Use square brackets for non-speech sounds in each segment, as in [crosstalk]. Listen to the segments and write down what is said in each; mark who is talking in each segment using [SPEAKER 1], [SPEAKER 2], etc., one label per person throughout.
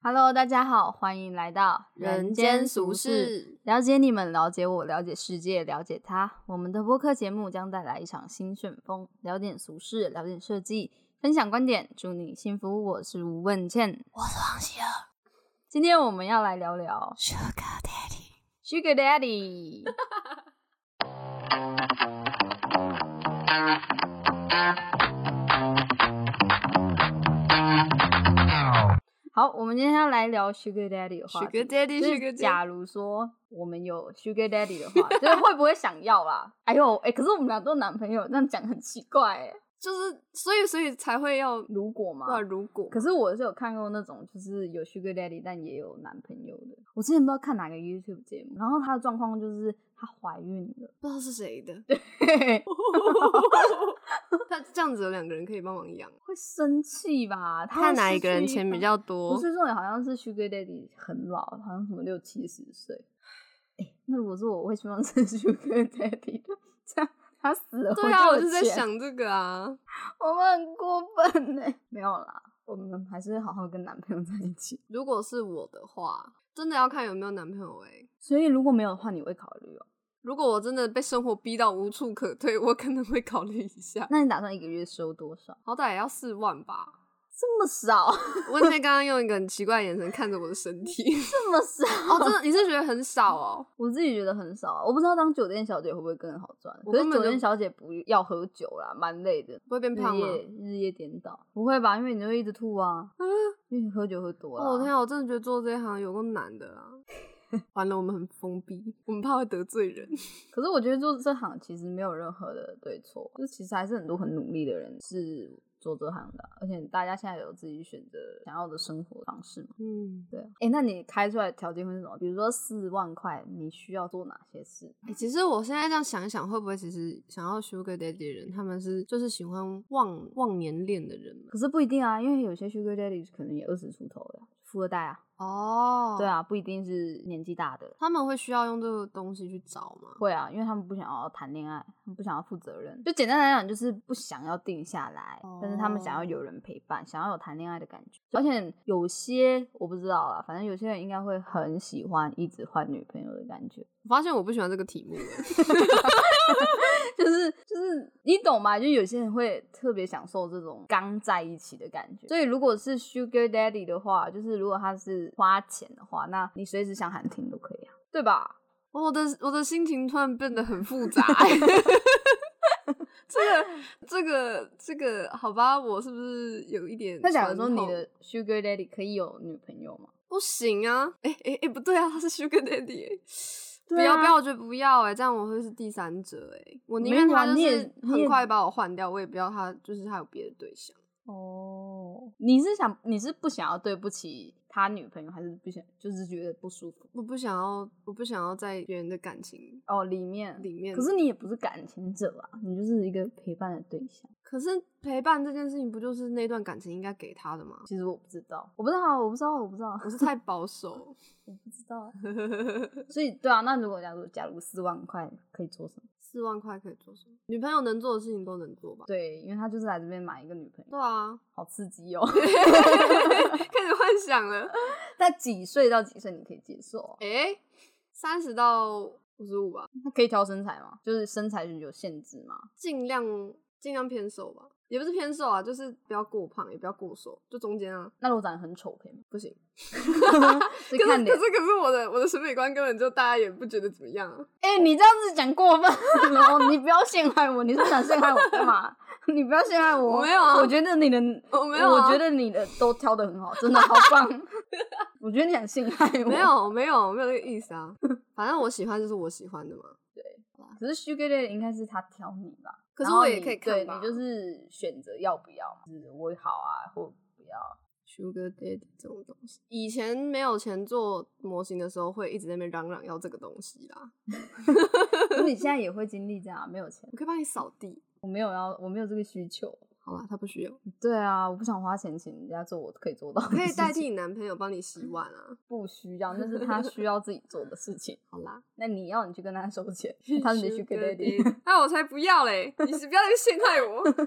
[SPEAKER 1] Hello，大家好，欢迎来到
[SPEAKER 2] 人间俗世，
[SPEAKER 1] 了解你们，了解我，了解世界，了解他。我们的播客节目将带来一场新旋风，聊点俗事，聊点设计，分享观点，祝你幸福。我是吴问倩，
[SPEAKER 2] 我是王希儿
[SPEAKER 1] 今天我们要来聊聊
[SPEAKER 2] ，Sugar Daddy。
[SPEAKER 1] Sugar Daddy。好，我们今天要来聊 Sugar Daddy 的话题
[SPEAKER 2] Sugar Daddy，
[SPEAKER 1] 就是
[SPEAKER 2] Sugar
[SPEAKER 1] 假
[SPEAKER 2] Daddy，
[SPEAKER 1] 如说我们有 Sugar Daddy 的话， [laughs] 就是会不会想要啦？哎呦，哎、可是我们俩都有男朋友，这样讲很奇怪哎、
[SPEAKER 2] 就是所以所以才会要对
[SPEAKER 1] 如果嘛，
[SPEAKER 2] 啊，如果
[SPEAKER 1] 可是我是有看过那种，就是有 Sugar Daddy 但也有男朋友的。我之前不知道看哪个 YouTube 节目，然后她的状况就是她怀孕了，
[SPEAKER 2] 不知道是谁的，
[SPEAKER 1] [laughs] 会
[SPEAKER 2] 他这样子有两个人可以帮忙
[SPEAKER 1] 哦
[SPEAKER 2] 养，
[SPEAKER 1] 生气吧？她
[SPEAKER 2] 看
[SPEAKER 1] 会
[SPEAKER 2] 哪
[SPEAKER 1] 失
[SPEAKER 2] 一个人
[SPEAKER 1] 去
[SPEAKER 2] 钱比
[SPEAKER 1] 方
[SPEAKER 2] 较多
[SPEAKER 1] 不。是重点，好像是 Sugar Daddy 很老，好像什么六七十岁。哎、那如果是我，我会希望是 [laughs] Sugar Daddy 的，这样他死了
[SPEAKER 2] 对啊，
[SPEAKER 1] 我
[SPEAKER 2] 我
[SPEAKER 1] 就
[SPEAKER 2] 就
[SPEAKER 1] 有
[SPEAKER 2] 在
[SPEAKER 1] 钱，
[SPEAKER 2] 想这个啊，
[SPEAKER 1] 我们很过分呢、 [laughs] 没有啦，我们还是好好跟男朋友在一起。
[SPEAKER 2] 如果是我的话，真的要看有没有男朋友哎、
[SPEAKER 1] 所以如果没有的话，你会考虑哦、
[SPEAKER 2] 如果我真的被生活逼到无处可退，我可能会考虑一下，
[SPEAKER 1] 那你打算一个月收多少？
[SPEAKER 2] 好歹也要四万吧。
[SPEAKER 1] 这么少， [laughs]
[SPEAKER 2] 温倩刚刚用一个很奇怪的眼神看着我的身体，
[SPEAKER 1] 这么少，[laughs]
[SPEAKER 2] 哦，真的，你是觉得很少哦？
[SPEAKER 1] 我自己觉得很少啊。我不知道当酒店小姐会不会更好赚，
[SPEAKER 2] 我
[SPEAKER 1] 可是
[SPEAKER 2] 根本
[SPEAKER 1] 酒
[SPEAKER 2] 就
[SPEAKER 1] 店小姐不要喝酒啦，蛮累的。
[SPEAKER 2] 不会变
[SPEAKER 1] 日
[SPEAKER 2] 胖吗？
[SPEAKER 1] 夜日夜颠倒，不会吧？因为你会一直吐啊，
[SPEAKER 2] 啊
[SPEAKER 1] 因为你喝酒喝多了、
[SPEAKER 2] 哦，我天啊，我真的觉得做这一行有够难的
[SPEAKER 1] [laughs]
[SPEAKER 2] 啦。完了，我们很封闭，我们怕会得罪
[SPEAKER 1] [laughs]
[SPEAKER 2] 人。
[SPEAKER 1] 可是我觉得做这行其实没有任何的对错，就是其实还是很多很努力的人是做这行的啊，而且大家现在有自己选择想要的生活方式嘛。
[SPEAKER 2] 嗯，
[SPEAKER 1] 对啊，哎、那你开出来的条件会是什么？比如说四万块，你需要做哪些事？
[SPEAKER 2] 欸其实我现在这样想一想，会不会其实想要 Sugar Daddy 的人，他们是就是喜欢忘忘年恋的人嘛？
[SPEAKER 1] 可是不一定啊，因为有些 Sugar Daddy 可能也二十出头了，富二代啊，
[SPEAKER 2] 哦
[SPEAKER 1] 对，啊，不一定是年纪大的。
[SPEAKER 2] 他们会需要用这个东西去找吗？
[SPEAKER 1] 会啊，因为他们不想要谈恋爱，他们不想要负责任。就简单来讲，就是不想要定下来，但是他们想要
[SPEAKER 2] 哦
[SPEAKER 1] 有人陪伴，想要有谈恋爱的感觉。而且有些我不知道啊，反正有些人应该会很喜欢一直换女朋友的感觉， [laughs]
[SPEAKER 2] 我发现我不喜欢这个题目了。 [laughs]
[SPEAKER 1] 就是就是你懂吗？就有些人会特别享受这种刚在一起的感觉。所以如果是 Sugar Daddy 的话，就是如果他是花钱的话，那你随时想喊停都可以啊，对吧？
[SPEAKER 2] 我的我的心情突然变得很复杂、欸 [laughs] 这个这个这个，好吧，我是不是有一点
[SPEAKER 1] 那
[SPEAKER 2] 传
[SPEAKER 1] 假
[SPEAKER 2] 统？
[SPEAKER 1] 如说你的 Sugar Daddy 可以有女朋友吗？
[SPEAKER 2] 不行啊！哎哎哎，不对啊，他是 Sugar Daddy，、欸不
[SPEAKER 1] 对
[SPEAKER 2] 要
[SPEAKER 1] 啊
[SPEAKER 2] 不要，我觉得不要哎、这样我会是第三者哎、我宁
[SPEAKER 1] 没
[SPEAKER 2] 愿
[SPEAKER 1] 有啊
[SPEAKER 2] 他就
[SPEAKER 1] 你也
[SPEAKER 2] 是
[SPEAKER 1] 你
[SPEAKER 2] 很
[SPEAKER 1] 也
[SPEAKER 2] 快把我换掉，我也不要他就是他有别的对象。
[SPEAKER 1] 哦，你是想你是不想要对不起他女朋友，还是不想就是觉得不舒服？
[SPEAKER 2] 我不想要，我不想要在别人的感情
[SPEAKER 1] 哦，里面
[SPEAKER 2] 里面。
[SPEAKER 1] 可是你也不是感情者啊，你就是一个陪伴的对象。
[SPEAKER 2] 可是陪伴这件事情，不就是那段感情应该给他的吗？
[SPEAKER 1] 其实我不知道，我不知道，我不知道，我不知 [laughs] 道，啊
[SPEAKER 2] 我是太
[SPEAKER 1] [laughs]
[SPEAKER 2] 保守。
[SPEAKER 1] 我不知道啊。所以对啊，那如果假如假如四万块可以做什么？
[SPEAKER 2] 四万块可以做什么？女朋友能做的事情都能做吧？
[SPEAKER 1] 对，因为他就是来这边买一个女朋友，
[SPEAKER 2] 对啊， [laughs]
[SPEAKER 1] 好刺激哦。 [laughs]
[SPEAKER 2] 开始幻想了。
[SPEAKER 1] 那几岁到几岁你可以接受啊、
[SPEAKER 2] 哎、三十到五十五吧，
[SPEAKER 1] 那可以挑身材吗？就是身材是有限制吗？
[SPEAKER 2] 尽量尽量偏瘦吧，也不是偏瘦啊，就是不要过胖，也不要过瘦，就中间啊，
[SPEAKER 1] 那如果长得很丑可以吗？[laughs]
[SPEAKER 2] 不行。
[SPEAKER 1] 是
[SPEAKER 2] 可是可
[SPEAKER 1] 看
[SPEAKER 2] 是
[SPEAKER 1] 脸啊
[SPEAKER 2] 可是我的我的审美观根本就大家也不觉得怎么样、啊。
[SPEAKER 1] 哎、你这样子讲过分了哦，你不要陷害我，你是想陷害我干嘛？你不要陷害我，哦
[SPEAKER 2] 我没有啊
[SPEAKER 1] 我觉得你的，
[SPEAKER 2] 我没有啊
[SPEAKER 1] 我觉得你的都挑的很好，真的好
[SPEAKER 2] [laughs]
[SPEAKER 1] 棒。我觉得你想陷害我，
[SPEAKER 2] 没。有啊没有没有那个意思啊， [laughs] 反正我喜欢就是我喜欢的嘛。
[SPEAKER 1] 可是 Sugar Daddy 应该是他挑你吧？
[SPEAKER 2] 可是
[SPEAKER 1] 然后
[SPEAKER 2] 我也
[SPEAKER 1] 你
[SPEAKER 2] 可以
[SPEAKER 1] 对
[SPEAKER 2] 看
[SPEAKER 1] 你
[SPEAKER 2] 吧。
[SPEAKER 1] 就是选择要不要嘛，就是我好啊，或不要。
[SPEAKER 2] Sugar Daddy 这种东西，以前没有钱做模型的时候，会一直在那边嚷嚷要这个东西啦。
[SPEAKER 1] [laughs] 可是你现在也会经历这样啊，没有钱，
[SPEAKER 2] 我可以帮你扫地，
[SPEAKER 1] 我没有要，我没有这个需求。
[SPEAKER 2] 好啦，他不需要，
[SPEAKER 1] 对啊，我不想花钱请人家做我可以做到的
[SPEAKER 2] 可以
[SPEAKER 1] 事
[SPEAKER 2] 代
[SPEAKER 1] 情，
[SPEAKER 2] 替你男朋友帮你洗碗啊。
[SPEAKER 1] 不需要，那是他需要自己做的事情。
[SPEAKER 2] 好啦，
[SPEAKER 1] 那你要你去跟他收钱，他是你去
[SPEAKER 2] Sugar
[SPEAKER 1] Daddy。
[SPEAKER 2] [laughs] 那我才不要嘞！你是不要再陷害我，你不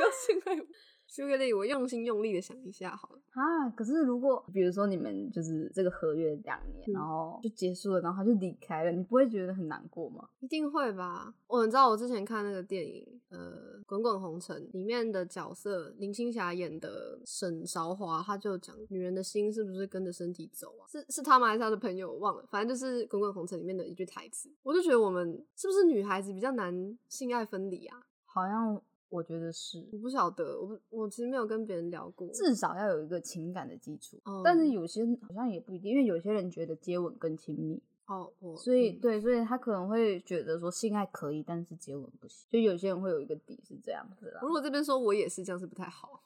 [SPEAKER 2] 要陷害我。 Sugar Daddy，我用心用力的想一下好了。
[SPEAKER 1] [laughs] 啊，可是如果比如说你们就是这个合约两年，
[SPEAKER 2] 嗯
[SPEAKER 1] 然后就结束了，然后他就离开了，你不会觉得很难过吗？
[SPEAKER 2] 一定会吧？我你知道我之前看那个电影，呃，《滚滚红尘》里面的角色林青霞演的沈韶华，她就讲女人的心是不是跟着身体走啊？是是他吗？还是他的朋友？我忘了，反正就是《滚滚红尘》里面的一句台词。我就觉得我们是不是女孩子比较难性爱分离啊？
[SPEAKER 1] 好像我觉得是，
[SPEAKER 2] 我不晓得，我不我其实没有跟别人聊过。
[SPEAKER 1] 至少要有一个情感的基础。
[SPEAKER 2] 嗯
[SPEAKER 1] 但是有些好像也不一定，因为有些人觉得接吻更亲密，
[SPEAKER 2] 哦，我
[SPEAKER 1] 所以、
[SPEAKER 2] 嗯
[SPEAKER 1] 对，所以他可能会觉得说性爱可以，但是接吻不行。就有些人会有一个底是这样子啦 [laughs]
[SPEAKER 2] 我。如果这边说我也是，这样是不太好。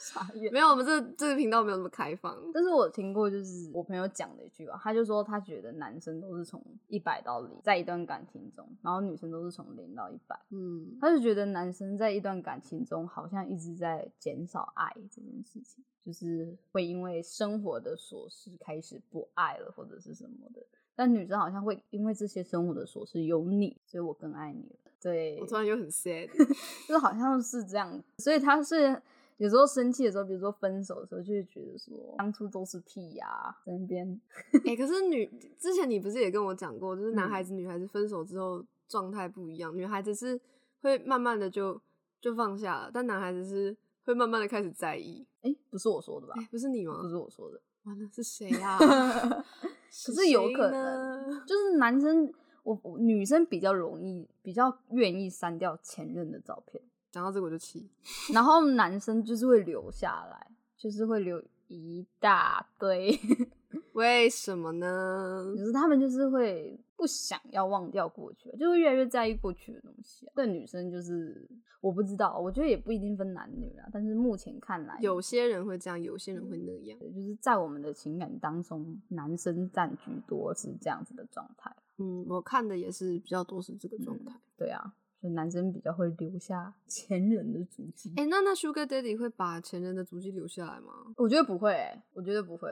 [SPEAKER 1] 傻眼
[SPEAKER 2] 没有，我们这这个频道没有那么开放。
[SPEAKER 1] 但是我听过，就是我朋友讲的一句话，他就说他觉得男生都是从一百到零，在一段感情中，然后女生都是从零到一百。
[SPEAKER 2] 嗯，
[SPEAKER 1] 他就觉得男生在一段感情中好像一直在减少爱这件事情，就是会因为生活的琐事开始不爱了，或者是什么的。但女生好像会因为这些生活的琐事有你，所以我更爱你了。对
[SPEAKER 2] 我，突然又
[SPEAKER 1] [laughs]
[SPEAKER 2] 很 sad。
[SPEAKER 1] 就是好像是这样，所以他是。有时候生气的时候，比如说分手的时候，就会觉得说当初都是屁呀、在那边
[SPEAKER 2] 哎、可是女之前你不是也跟我讲过，就是男
[SPEAKER 1] 嗯
[SPEAKER 2] 孩子、女孩子分手之后状态不一样，女孩子是会慢慢的就就放下了，但男孩子是会慢慢的开始在意。
[SPEAKER 1] 哎、不是我说的吧
[SPEAKER 2] 哎、？不是你吗
[SPEAKER 1] 不？是我说
[SPEAKER 2] [laughs]
[SPEAKER 1] 的，
[SPEAKER 2] 完了是谁
[SPEAKER 1] [laughs]
[SPEAKER 2] 啊？
[SPEAKER 1] 可是有
[SPEAKER 2] 谁
[SPEAKER 1] 可
[SPEAKER 2] 呢
[SPEAKER 1] 能，就是男生，我我女生比较容易，比较愿意删掉前任的照片，
[SPEAKER 2] 讲到这个我就气。
[SPEAKER 1] 然后男生就是会留下来，就是会留一大堆，
[SPEAKER 2] 为什么呢？
[SPEAKER 1] 就是他们就是会不想要忘掉过去，就会越来越在意过去的东西、对女生就是我不知道，我觉得也不一定分男女啊，但是目前看来
[SPEAKER 2] 有些人会这样，有些人会那样。
[SPEAKER 1] 就是在我们的情感当中，男生占居多是这样子的状态。
[SPEAKER 2] 嗯，我看的也是比较多是这个状态。
[SPEAKER 1] 对啊，就男生比较会留下前人的足迹。
[SPEAKER 2] 哎、那那 Sugar Daddy 会把前人的足迹留下
[SPEAKER 1] [laughs]
[SPEAKER 2] 来吗？
[SPEAKER 1] 我觉得不会、欸，我觉得不会，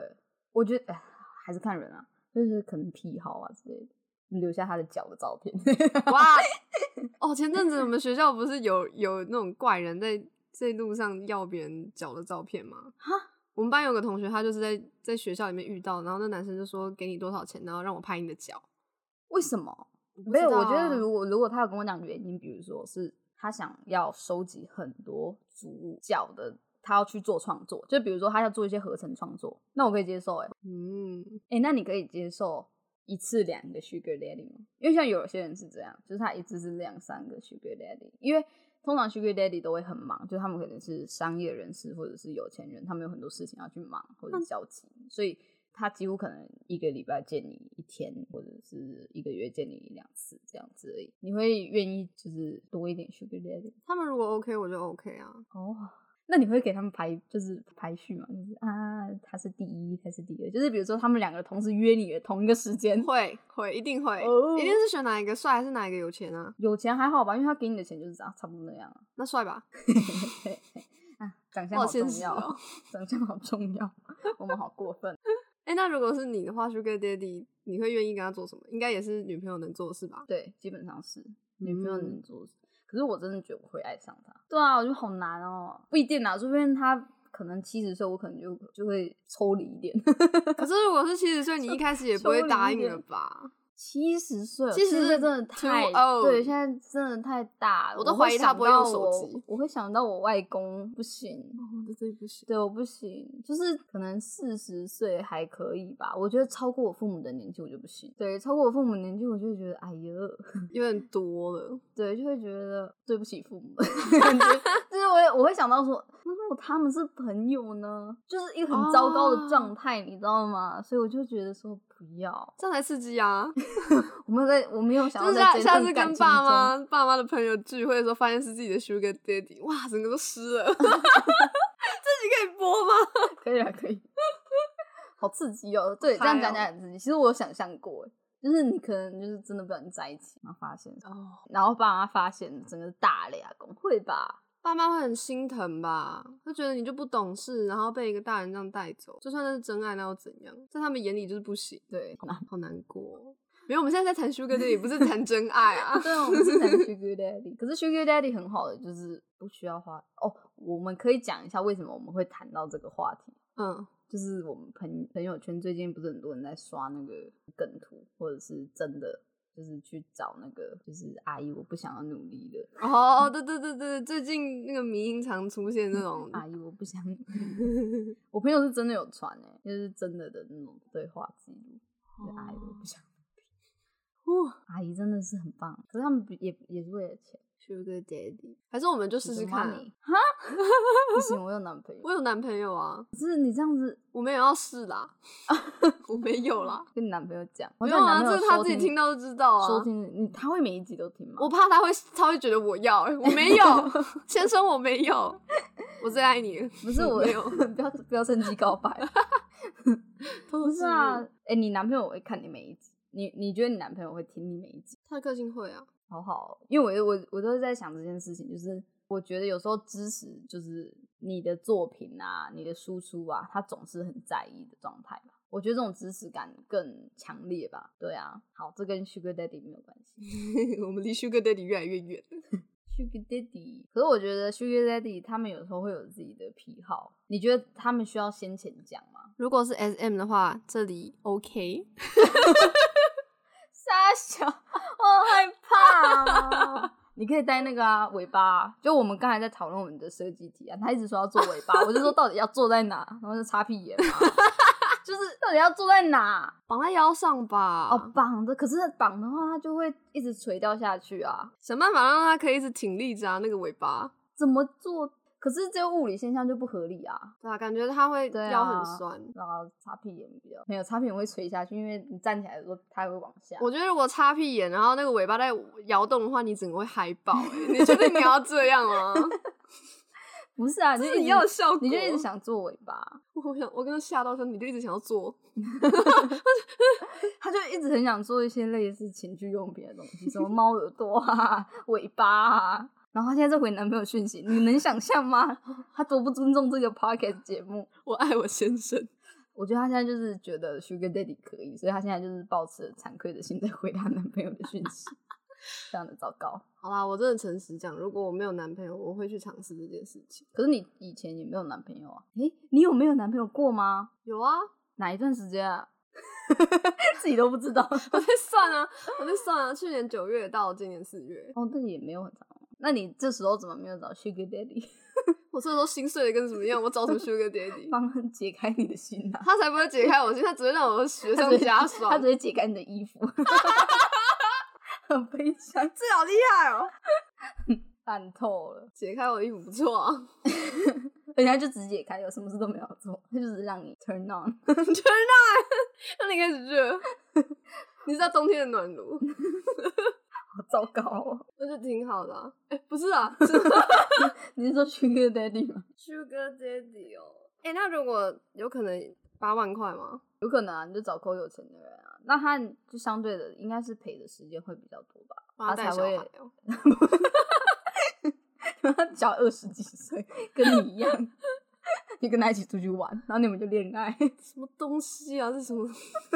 [SPEAKER 1] 我觉得哎还是看人啊，就是可能癖好啊之类的，留下他的脚的照片。 [laughs]
[SPEAKER 2] 哇！哦，前阵子我们学校不是有有那种怪人在在路上要别人脚的照片吗？
[SPEAKER 1] 哈，
[SPEAKER 2] 我们班有个同学，他就是在在学校里面遇到，然后那男生就说给你多少钱，然后让我拍你的脚。
[SPEAKER 1] 为什么？
[SPEAKER 2] 不
[SPEAKER 1] 没有，
[SPEAKER 2] 知道
[SPEAKER 1] 我
[SPEAKER 2] 啊
[SPEAKER 1] 觉得如果如果他有跟我讲原因，比如说是他想要收集很多主角的。他要去做创作，就比如说他要做一些合成创作，那我可以接受、欸。哎、
[SPEAKER 2] 嗯，
[SPEAKER 1] 哎，那你可以接受一次两个 sugar daddy 吗？因为像有些人是这样，就是他一次是两三个 sugar daddy，因为通常 sugar daddy 都会很忙，就他们可能是商业人士或者是有钱人，他们有很多事情要去忙或者交集，所以他几乎可能一个礼拜见你一天，或者是一个月见你一两次这样子而已。你会愿意就是多一点 sugar daddy
[SPEAKER 2] 他们如果 OK 我就 OK 啊。
[SPEAKER 1] 哦？那你会给他们排就是排序吗？就是啊，他是第一，他是第二，就是比如说他们两个同时约你的同一个时间，
[SPEAKER 2] 会会一定会
[SPEAKER 1] 嗯哦
[SPEAKER 2] 一定是选哪一个帅还是哪一个有钱啊？
[SPEAKER 1] 有钱还好吧，因为他给你的钱就是啊，差不多那样啊。
[SPEAKER 2] 那帅吧，
[SPEAKER 1] 啊，长相
[SPEAKER 2] 好
[SPEAKER 1] 好
[SPEAKER 2] 现
[SPEAKER 1] 重
[SPEAKER 2] 实
[SPEAKER 1] 要，
[SPEAKER 2] 哦。
[SPEAKER 1] 长相好重要， [laughs] 我们好过分。
[SPEAKER 2] 哎、那如果是你的话，Sugar Daddy，你会愿意跟他做什么？应该也是女朋友能做的事吧？
[SPEAKER 1] 对，基本上是女朋友能
[SPEAKER 2] 嗯
[SPEAKER 1] 做的事，可是我真的觉得我会爱上他。对啊，我觉得好难哦，不一定啊，说不定他可能七十岁，我可能就就会抽离一点。
[SPEAKER 2] [laughs] 可是如果是七十岁，你一开始也不会答应了吧？
[SPEAKER 1] 七十岁哦，
[SPEAKER 2] 70
[SPEAKER 1] 70岁真的
[SPEAKER 2] too
[SPEAKER 1] 太
[SPEAKER 2] old
[SPEAKER 1] 对，现在真的太大了，
[SPEAKER 2] 哦我都
[SPEAKER 1] 会
[SPEAKER 2] 怀疑他
[SPEAKER 1] 想
[SPEAKER 2] 不会
[SPEAKER 1] 到
[SPEAKER 2] 用手
[SPEAKER 1] 我
[SPEAKER 2] 机
[SPEAKER 1] 我会想到我外公不行，
[SPEAKER 2] 哦，这真不行。
[SPEAKER 1] 对，我不行，就是可能四十岁还可以吧，我觉得超过我父母的年纪我就不行。对，超过我父母年纪，我就会觉得哎呀，
[SPEAKER 2] 有点多了。
[SPEAKER 1] [laughs] 对，就会觉得对不起父母，
[SPEAKER 2] [laughs]
[SPEAKER 1] 感觉就是我也我会想到说，如果他们是朋友呢，就是一个很糟糕的
[SPEAKER 2] 哦
[SPEAKER 1] 状态，你知道吗？所以我就觉得说不要，
[SPEAKER 2] 这样才刺激啊！
[SPEAKER 1] 我没有在，我没有想
[SPEAKER 2] 就
[SPEAKER 1] 要
[SPEAKER 2] 是
[SPEAKER 1] 在
[SPEAKER 2] 下
[SPEAKER 1] 这
[SPEAKER 2] 下
[SPEAKER 1] 份
[SPEAKER 2] 次
[SPEAKER 1] 感
[SPEAKER 2] 跟
[SPEAKER 1] 情
[SPEAKER 2] 爸
[SPEAKER 1] 中
[SPEAKER 2] 妈、爸妈的朋友聚会的时候，发现是自己的 Sugar Daddy，哇，整个都湿了。 [laughs] 这集可以播吗？
[SPEAKER 1] 可以啊，可以。 [laughs] 好刺激哦！对，这样
[SPEAKER 2] 嗨
[SPEAKER 1] 讲
[SPEAKER 2] 哦
[SPEAKER 1] 起来很刺激。其实我有想象过，就是你可能就是真的不小心在一起，然后发现，
[SPEAKER 2] 哦，
[SPEAKER 1] 然后爸妈发现，整个大雷啊，公会吧？
[SPEAKER 2] 爸妈会很心疼吧？会觉得你就不懂事，然后被一个大人这样带走，就算那是真爱，那又怎样？在他们眼里就是不行，
[SPEAKER 1] 对，好难。
[SPEAKER 2] 好难过。哦没有，我们现在在谈 Sugar Daddy，不是谈真爱 [laughs] 啊。
[SPEAKER 1] 对，我们是谈 Sugar Daddy，可是 Sugar Daddy 很好的就是不需要花哦。我们可以讲一下为什么我们会谈到这个话题，
[SPEAKER 2] 嗯，
[SPEAKER 1] 就是我们朋朋友圈最近不是很多人在刷那个梗图，或者是真的就是去找那个就是阿姨，我不想要努力了，嗯
[SPEAKER 2] 哦，对对对对，最近那个迷音常出现这种
[SPEAKER 1] 阿姨，我不
[SPEAKER 2] [laughs]
[SPEAKER 1] 想。我朋友是真的有传哎、就是真的的那种对话记录。就是阿姨，我
[SPEAKER 2] 哦
[SPEAKER 1] 不想。
[SPEAKER 2] 哇
[SPEAKER 1] 阿姨真的是很棒，可是他们不也也是为了钱。
[SPEAKER 2] Sugar Daddy，还是我们就试试看啊。
[SPEAKER 1] 你哈， [laughs] 不行，我有男朋友。
[SPEAKER 2] 我有男朋友啊，
[SPEAKER 1] 可是你这样子
[SPEAKER 2] 我没有要
[SPEAKER 1] [laughs]
[SPEAKER 2] 试啦，我没有啦，
[SPEAKER 1] 跟你男朋友讲，我
[SPEAKER 2] 没
[SPEAKER 1] 叫
[SPEAKER 2] 有
[SPEAKER 1] 你
[SPEAKER 2] 啊，
[SPEAKER 1] 男朋
[SPEAKER 2] 这
[SPEAKER 1] 友
[SPEAKER 2] 个他
[SPEAKER 1] 收
[SPEAKER 2] 自己听到就知道
[SPEAKER 1] 收
[SPEAKER 2] 啊。
[SPEAKER 1] 听你，他会每一集都听吗？
[SPEAKER 2] 我怕他会，他会觉得我要、欸，我
[SPEAKER 1] [laughs]
[SPEAKER 2] 没有，先生我没有，我最爱你了，
[SPEAKER 1] 不是我
[SPEAKER 2] 没有，
[SPEAKER 1] 不要不要趁机告
[SPEAKER 2] [laughs]
[SPEAKER 1] 白。不是啊，哎、你男朋友会看你每一集，你你觉得你男朋友会听你每一集？
[SPEAKER 2] 他的个性会啊，
[SPEAKER 1] 好好哦，因为我我我都是在想这件事情，就是我觉得有时候支持就是你的作品啊，你的输出啊，他总是很在意的状态吧。我觉得这种支持感更强烈吧。对啊，好，这跟 Sugar Daddy 没有关系。 [laughs]
[SPEAKER 2] 我们离 Sugar Daddy 越来越远。
[SPEAKER 1] Sugar Daddy，可是我觉得 Sugar Daddy 他们有时候会有自己的癖好，你觉得他们需要先前讲吗？
[SPEAKER 2] 如果是 SM 的话，这里 OK，
[SPEAKER 1] 傻小， [laughs] 我好害怕、哦。 [laughs] 你可以带那个啊尾巴啊、就我们刚才在讨论我们的设计题啊，他一直说要做尾 [laughs] 巴，我就说到底要坐在哪，然后就擦屁眼、啊， [laughs] 就是到底要坐在哪？
[SPEAKER 2] 绑在腰上吧。
[SPEAKER 1] [laughs] 哦，绑的，可是绑的话，它就会一直垂掉下去啊，
[SPEAKER 2] 想办法让他可以一直挺立着啊，那个尾巴。
[SPEAKER 1] 怎么做？可是这个物理现象就不合理啊。
[SPEAKER 2] 对啊，感觉他会
[SPEAKER 1] 对啊
[SPEAKER 2] 腰很酸。
[SPEAKER 1] 然后擦屁眼比较没有擦屁眼会垂下去，因为你站起来的时候它会往下。
[SPEAKER 2] 我觉得如果擦屁眼，然后那个尾巴在摇动的话，你整个会嗨爆、欸。你觉得你要这样吗？
[SPEAKER 1] 不是啊，
[SPEAKER 2] 这
[SPEAKER 1] [laughs] 你就是一
[SPEAKER 2] 你
[SPEAKER 1] 直
[SPEAKER 2] 要的效果。
[SPEAKER 1] 你就一直，想做尾巴，
[SPEAKER 2] 我想我刚刚吓到说，你就一直想要做。
[SPEAKER 1] 他就一直很想做一些类似情趣用品的东西，什么猫耳朵啊、 [laughs] 尾巴啊。然后他现在在回男朋友讯息，你能想象吗？他多不尊重这个 podcast 节目。
[SPEAKER 2] 我爱我先生。
[SPEAKER 1] 我觉得他现在就是觉得 Sugar Daddy 可以，所以他现在就是抱持着惭愧的心在回答男朋友的讯息， [laughs] 非常的糟糕。
[SPEAKER 2] 好啦，我真的诚实讲，如果我没有男朋友，我会去尝试这件事情。
[SPEAKER 1] 可是你以前也没有男朋友啊？诶，你有没有男朋友过吗？
[SPEAKER 2] 有啊，
[SPEAKER 1] 哪一段时间啊？ [laughs] 自己都不知道。 [laughs]
[SPEAKER 2] 我在算啊，我在算啊，去年九月到今年四月，
[SPEAKER 1] 哦，那也没有很长。那你这时候怎么没有找 Sugar Daddy
[SPEAKER 2] 我这时候心碎的跟什么样？我找什么
[SPEAKER 1] [laughs]
[SPEAKER 2] Sugar Daddy？
[SPEAKER 1] 帮解开你的心啊？
[SPEAKER 2] 他才不会解开我心，他只会让我雪上加 [laughs] 霜。
[SPEAKER 1] 他只会解开你的衣服， [laughs] 很悲伤，
[SPEAKER 2] 这好厉害哦！
[SPEAKER 1] 烂透了。
[SPEAKER 2] 解开我的衣服不错啊
[SPEAKER 1] 人家就只解开，有什么事都没有做，他就只是让你 turn on。
[SPEAKER 2] ，Turn on，让 [laughs] 你开始热。你知道冬天的暖炉，
[SPEAKER 1] 好糟糕哦！
[SPEAKER 2] 那就挺好的、啊。哎、不是 [laughs] 啊是
[SPEAKER 1] 你是说 Sugar Daddy 吗？
[SPEAKER 2] ，Sugar Daddy 哦。哎、那如果有可能八万块吗？
[SPEAKER 1] 有可能啊，你就找够有钱的人啊。那他就相对的应该是陪的时间会比较多吧？
[SPEAKER 2] 帮他带
[SPEAKER 1] 才
[SPEAKER 2] 小
[SPEAKER 1] 会
[SPEAKER 2] 孩哦。
[SPEAKER 1] [laughs] 他小二十几岁，跟你一样， [laughs] 你跟他一起出去玩，然后你们就恋爱， [laughs]
[SPEAKER 2] 什么东西啊？这是什么？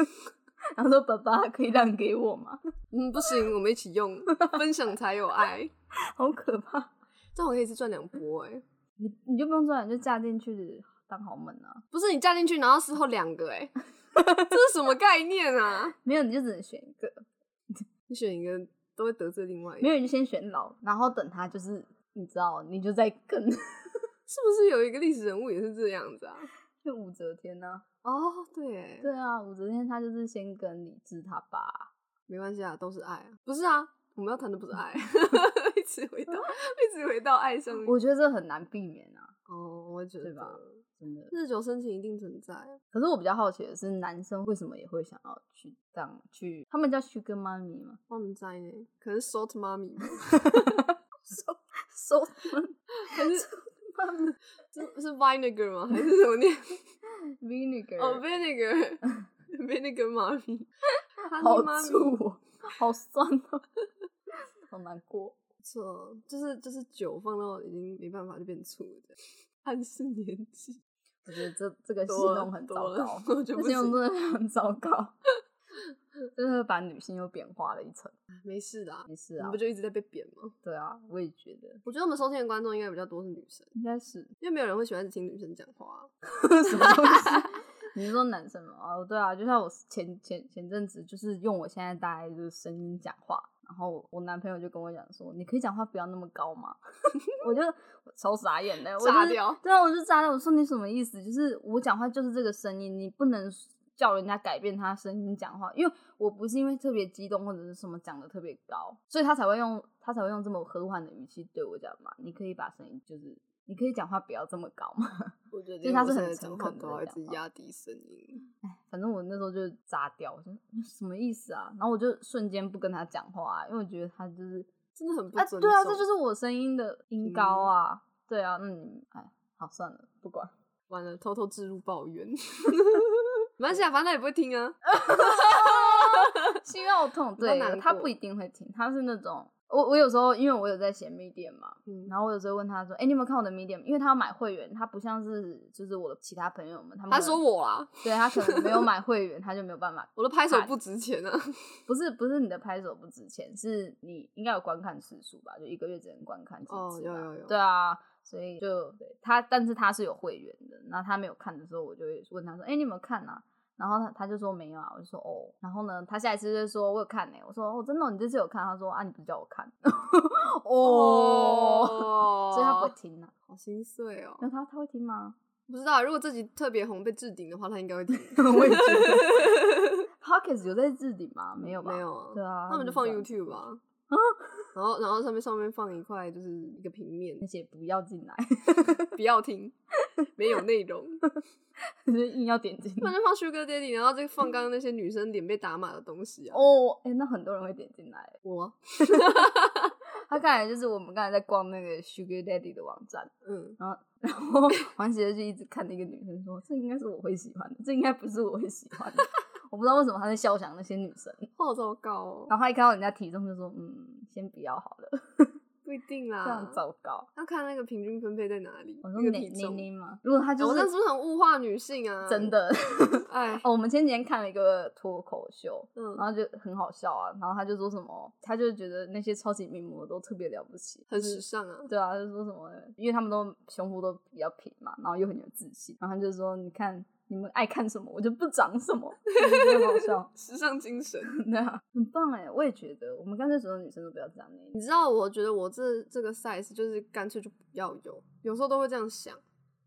[SPEAKER 2] [laughs]
[SPEAKER 1] 然后说爸爸可以让给我吗？
[SPEAKER 2] 嗯，不行，我们一起用，分享才有爱。
[SPEAKER 1] 好可怕！
[SPEAKER 2] 这样我可以一次赚两波哎、
[SPEAKER 1] 你你就不用赚，你就嫁进去当豪门啊！
[SPEAKER 2] 不是你嫁进去，然后事后两个哎、 [laughs] 这是什么概念啊？
[SPEAKER 1] 没有你就只能选一个，
[SPEAKER 2] 你选一个都会得罪另外一个
[SPEAKER 1] 没。有你就先选老，然后等他就是你知道，你就在跟 [laughs]
[SPEAKER 2] 是不是有一个历史人物也是这样子啊？
[SPEAKER 1] 就武则天呢、
[SPEAKER 2] 哦，对耶，
[SPEAKER 1] 对啊，武则天她就是先跟李治他爸，
[SPEAKER 2] 没关系啊，都是爱啊，不是啊，我们要谈的不是
[SPEAKER 1] [laughs]
[SPEAKER 2] 爱，一直回到一直回到爱上面。
[SPEAKER 1] 我觉得这很难避免啊，
[SPEAKER 2] 哦，我觉
[SPEAKER 1] 对吧
[SPEAKER 2] 得
[SPEAKER 1] 真的。
[SPEAKER 2] 日久生情一定存在。啊
[SPEAKER 1] 可是我比较好奇的是，男生为什么也会想要去这样去？他们叫 Sugar Mommy 吗？
[SPEAKER 2] 我们在呢，可能 short mommy，吧 [laughs]
[SPEAKER 1] 收收
[SPEAKER 2] 还是是是 vinegar 吗？还是怎么
[SPEAKER 1] [laughs]
[SPEAKER 2] 念？
[SPEAKER 1] [laughs] vinegar，、
[SPEAKER 2] 哦，vinegar
[SPEAKER 1] [laughs]
[SPEAKER 2] [laughs] vinegar mommy，
[SPEAKER 1] 好
[SPEAKER 2] Honey mommy
[SPEAKER 1] 醋、哦，好酸
[SPEAKER 2] [laughs]
[SPEAKER 1] 哦，好难过。
[SPEAKER 2] 不错，就是就是酒放到已经没办法就变醋了这样，暗示年纪。
[SPEAKER 1] 我觉得这这个形
[SPEAKER 2] 多了
[SPEAKER 1] 容很糟
[SPEAKER 2] 多了
[SPEAKER 1] 糕，
[SPEAKER 2] 我
[SPEAKER 1] 这
[SPEAKER 2] 就不
[SPEAKER 1] 形容
[SPEAKER 2] 行
[SPEAKER 1] 真的很糟糕。 [laughs] 就是把女性又贬化了一层。
[SPEAKER 2] 没事的啊，
[SPEAKER 1] 没事
[SPEAKER 2] 你
[SPEAKER 1] 啊
[SPEAKER 2] 不，就一直在被贬吗？
[SPEAKER 1] 对啊，我也觉得
[SPEAKER 2] 我觉得我们收听的观众应该比较多是女生，
[SPEAKER 1] 应该是
[SPEAKER 2] 因为没有人会喜欢只听女生讲话啊、
[SPEAKER 1] [laughs] 什么东西。你是说男生吗？哦，对啊，就像我前前前阵子就是用我现在大概就是声音讲话，然后我男朋友就跟我讲说，你可以讲话不要那么高吗？ [laughs] 我就我超傻眼的，我
[SPEAKER 2] 炸
[SPEAKER 1] 就是
[SPEAKER 2] 掉
[SPEAKER 1] 对啊，我就炸掉。我说你什么意思？就是我讲话就是这个声音，你不能叫人家改变他声音讲话，因为我不是因为特别激动或者是什么讲的特别高，所以他才会用他才会用这么和缓的语气对我讲嘛。你可以把声音就是你可以讲话不要这么高嘛。
[SPEAKER 2] 我觉
[SPEAKER 1] 就
[SPEAKER 2] 得
[SPEAKER 1] 是他是
[SPEAKER 2] 我
[SPEAKER 1] 很
[SPEAKER 2] 现在
[SPEAKER 1] 诚
[SPEAKER 2] 讲
[SPEAKER 1] 恳地
[SPEAKER 2] 话都要一
[SPEAKER 1] 讲
[SPEAKER 2] 直
[SPEAKER 1] 话
[SPEAKER 2] 压低声音，
[SPEAKER 1] 反正我那时候就炸掉，我说嗯什么意思啊？然后我就瞬间不跟他讲话、啊因为我觉得他就是
[SPEAKER 2] [laughs] 真的很不
[SPEAKER 1] 啊，
[SPEAKER 2] 尊
[SPEAKER 1] 对
[SPEAKER 2] 重。
[SPEAKER 1] 啊，这就是我声音的音高啊，对啊，嗯，哎，好算了，不 [laughs] 管。
[SPEAKER 2] 完了，偷偷置入抱
[SPEAKER 1] [laughs]
[SPEAKER 2] 怨。没关系啊，反正他也不会听啊。
[SPEAKER 1] 心肉痛，
[SPEAKER 2] 比较
[SPEAKER 1] 对
[SPEAKER 2] 难，
[SPEAKER 1] 他
[SPEAKER 2] 过
[SPEAKER 1] 不一定会听，他是那种我我有时候因为我有在写 Medium 嘛，
[SPEAKER 2] 嗯
[SPEAKER 1] 然后我有时候问他说，哎、你有没有看我的 Medium？因为他要买会员，他不像是就是我的其他朋友们，他们
[SPEAKER 2] 他
[SPEAKER 1] 可
[SPEAKER 2] 说
[SPEAKER 1] 能
[SPEAKER 2] 我啦，
[SPEAKER 1] 对他可能没有买会员，他就没有办法。
[SPEAKER 2] 我的拍手不值钱啊。
[SPEAKER 1] 不是不是你的拍手不值钱，是你应该有观看次数吧？就一个月只能观看几次吧、
[SPEAKER 2] 哦有有有
[SPEAKER 1] 对啊。所以就对他，但是他是有会员的。然后他没有看的时候，我就会问他说：“哎、你有没有看啊？”然后他他就说没有啊，我就说哦。然后呢，他下一次就说我有看呢、我说哦真的哦、你这次有看？他说啊，你不是叫我看 [laughs] 哦，所以他不会听啊。
[SPEAKER 2] 好心碎哦。
[SPEAKER 1] 那他他会听
[SPEAKER 2] [laughs]
[SPEAKER 1] 吗？
[SPEAKER 2] 不知道，如果自己特别红被置顶的话，他应该会听。
[SPEAKER 1] [laughs] 我也觉 [laughs] 得 Pockets 有在置顶吗？没有吧？
[SPEAKER 2] 没有啊，
[SPEAKER 1] 对啊，
[SPEAKER 2] 他们就放
[SPEAKER 1] 这样
[SPEAKER 2] YouTube 吧。然后，然后上面上面放一块就是一个平
[SPEAKER 1] [laughs]
[SPEAKER 2] 面，
[SPEAKER 1] 而且不要进来，
[SPEAKER 2] 不要听，没有内容。 [laughs]
[SPEAKER 1] 就是硬要点进来
[SPEAKER 2] 不。然就放 Sugar Daddy，然后再放刚刚那些女生脸被打码的东西啊。
[SPEAKER 1] 哦，哎、那很多人会点进来。
[SPEAKER 2] 我，
[SPEAKER 1] 他刚才就是我们刚才在逛那个 Sugar Daddy 的网站，
[SPEAKER 2] 嗯，
[SPEAKER 1] 然后然
[SPEAKER 2] [laughs]
[SPEAKER 1] 后黄姐就一直看那个女生说，这应该是我会喜欢的，这应该不是我会喜欢的。 [laughs] 我不知道为什么他在笑想那些女生，
[SPEAKER 2] 好糟糕哦，
[SPEAKER 1] 然后他一看到人家体重就说，嗯，先不要好了，
[SPEAKER 2] 不一定
[SPEAKER 1] 这
[SPEAKER 2] 啦
[SPEAKER 1] 样，糟糕。
[SPEAKER 2] 要看那个平均分配在哪里，
[SPEAKER 1] 我说
[SPEAKER 2] 嗯那个
[SPEAKER 1] 妮
[SPEAKER 2] 体
[SPEAKER 1] 妮
[SPEAKER 2] 重。
[SPEAKER 1] 妮嘛，如果他
[SPEAKER 2] 哎
[SPEAKER 1] 就
[SPEAKER 2] 我那是
[SPEAKER 1] 是
[SPEAKER 2] 不是很物化女性
[SPEAKER 1] [laughs]
[SPEAKER 2] 啊？
[SPEAKER 1] 真，的，
[SPEAKER 2] [laughs] 哎，
[SPEAKER 1] 哦，我们前几天看了一个脱口秀，
[SPEAKER 2] 嗯
[SPEAKER 1] 然，后就很好笑啊，然后他就说什么，他就觉得那些超级名模都特别了不起，
[SPEAKER 2] 很
[SPEAKER 1] 就是
[SPEAKER 2] 时尚啊。
[SPEAKER 1] 对啊，就说什么，因为他们都胸部都比较平嘛，然后又很有自信，然后他就说，你看你们爱看什么，我就不长什
[SPEAKER 2] [laughs]
[SPEAKER 1] 么，我就觉得很好笑， [laughs]
[SPEAKER 2] 时尚精神，
[SPEAKER 1] 对啊，很棒哎，我也觉得，我们干脆所有女生都不要这样
[SPEAKER 2] 你
[SPEAKER 1] 哎，
[SPEAKER 2] 知道？我觉得我这这个 size 就是干脆就不要有，有时候都会这样想，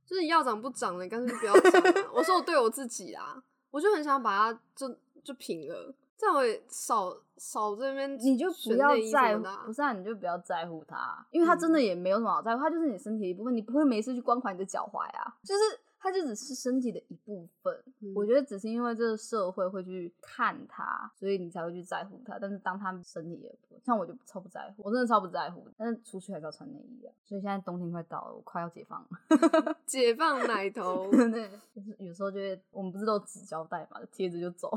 [SPEAKER 2] 就是要长不长的，干脆就不要长啊、 [laughs] 我说我对我自己啊，我就很想把它就就平了，这样我也少少这边
[SPEAKER 1] 你就不
[SPEAKER 2] 选
[SPEAKER 1] 要
[SPEAKER 2] 内衣什嗯
[SPEAKER 1] 在
[SPEAKER 2] 么
[SPEAKER 1] 乎
[SPEAKER 2] 的啊，
[SPEAKER 1] 不是啊，你就不要在乎他，因为他真的也没有什么好在乎，他就是你身体的一部分，你不会没事去关怀你的脚踝啊，就是他就只是身体的一部分，
[SPEAKER 2] 嗯
[SPEAKER 1] 我觉得只是因为这个社会会去看他，所以你才会去在乎他。但是当他身体也不像我就超不在乎，我真的超不在乎。但是出去还是要穿内衣啊。所以现在冬天快到了，我快要解放了。，
[SPEAKER 2] 解放奶
[SPEAKER 1] [laughs]
[SPEAKER 2] 头
[SPEAKER 1] 对，就是有时候就会，我们不是都有纸胶带嘛，就贴着就走，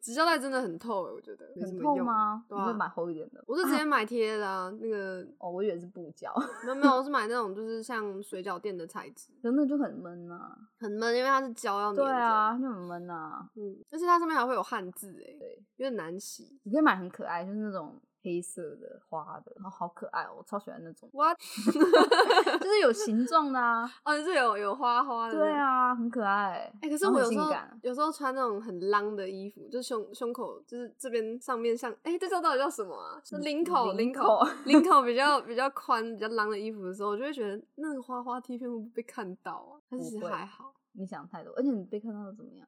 [SPEAKER 2] 纸胶带真的很透、欸，我觉得没什
[SPEAKER 1] 很
[SPEAKER 2] 么
[SPEAKER 1] 痛
[SPEAKER 2] 用？
[SPEAKER 1] 吗？
[SPEAKER 2] 对
[SPEAKER 1] 你会
[SPEAKER 2] 啊
[SPEAKER 1] 买厚一点的。
[SPEAKER 2] 我是
[SPEAKER 1] [laughs]
[SPEAKER 2] 直接买贴的啊，那个
[SPEAKER 1] 哦，我以为是布胶， [laughs]
[SPEAKER 2] 没有没有，我是买那种就是像水饺店的材质，
[SPEAKER 1] 真的就很闷啊。
[SPEAKER 2] 很闷，因为它是胶要粘
[SPEAKER 1] 对
[SPEAKER 2] 着
[SPEAKER 1] 啊，，就很闷啊。
[SPEAKER 2] 嗯，而且它上面还会有汉字哎、
[SPEAKER 1] 对，
[SPEAKER 2] 有点难洗。，
[SPEAKER 1] 你可以买很可爱，就是那种黑色的花的，然后好可爱、哦，我超喜欢那种
[SPEAKER 2] What？
[SPEAKER 1] 就是有形状的啊。 [laughs]
[SPEAKER 2] 哦，你是有有花花的。
[SPEAKER 1] 对。啊，很可爱。
[SPEAKER 2] 哎、可是
[SPEAKER 1] 然后
[SPEAKER 2] 我
[SPEAKER 1] 很
[SPEAKER 2] 有时
[SPEAKER 1] 性
[SPEAKER 2] 候
[SPEAKER 1] 感啊
[SPEAKER 2] 有时候穿那种很浪的衣服，就是胸胸口就是这边上面像，哎、这叫到底叫什么啊？是
[SPEAKER 1] 嗯
[SPEAKER 2] 领口，领
[SPEAKER 1] 领
[SPEAKER 2] 口
[SPEAKER 1] 口，
[SPEAKER 2] 领口比较比较宽、比较浪的衣服的时候，我就会觉得那个花花 T 片会不会被看到啊？但是
[SPEAKER 1] 不
[SPEAKER 2] 其实
[SPEAKER 1] 会
[SPEAKER 2] 还好，
[SPEAKER 1] 你想太多，而且你被看到的怎么样？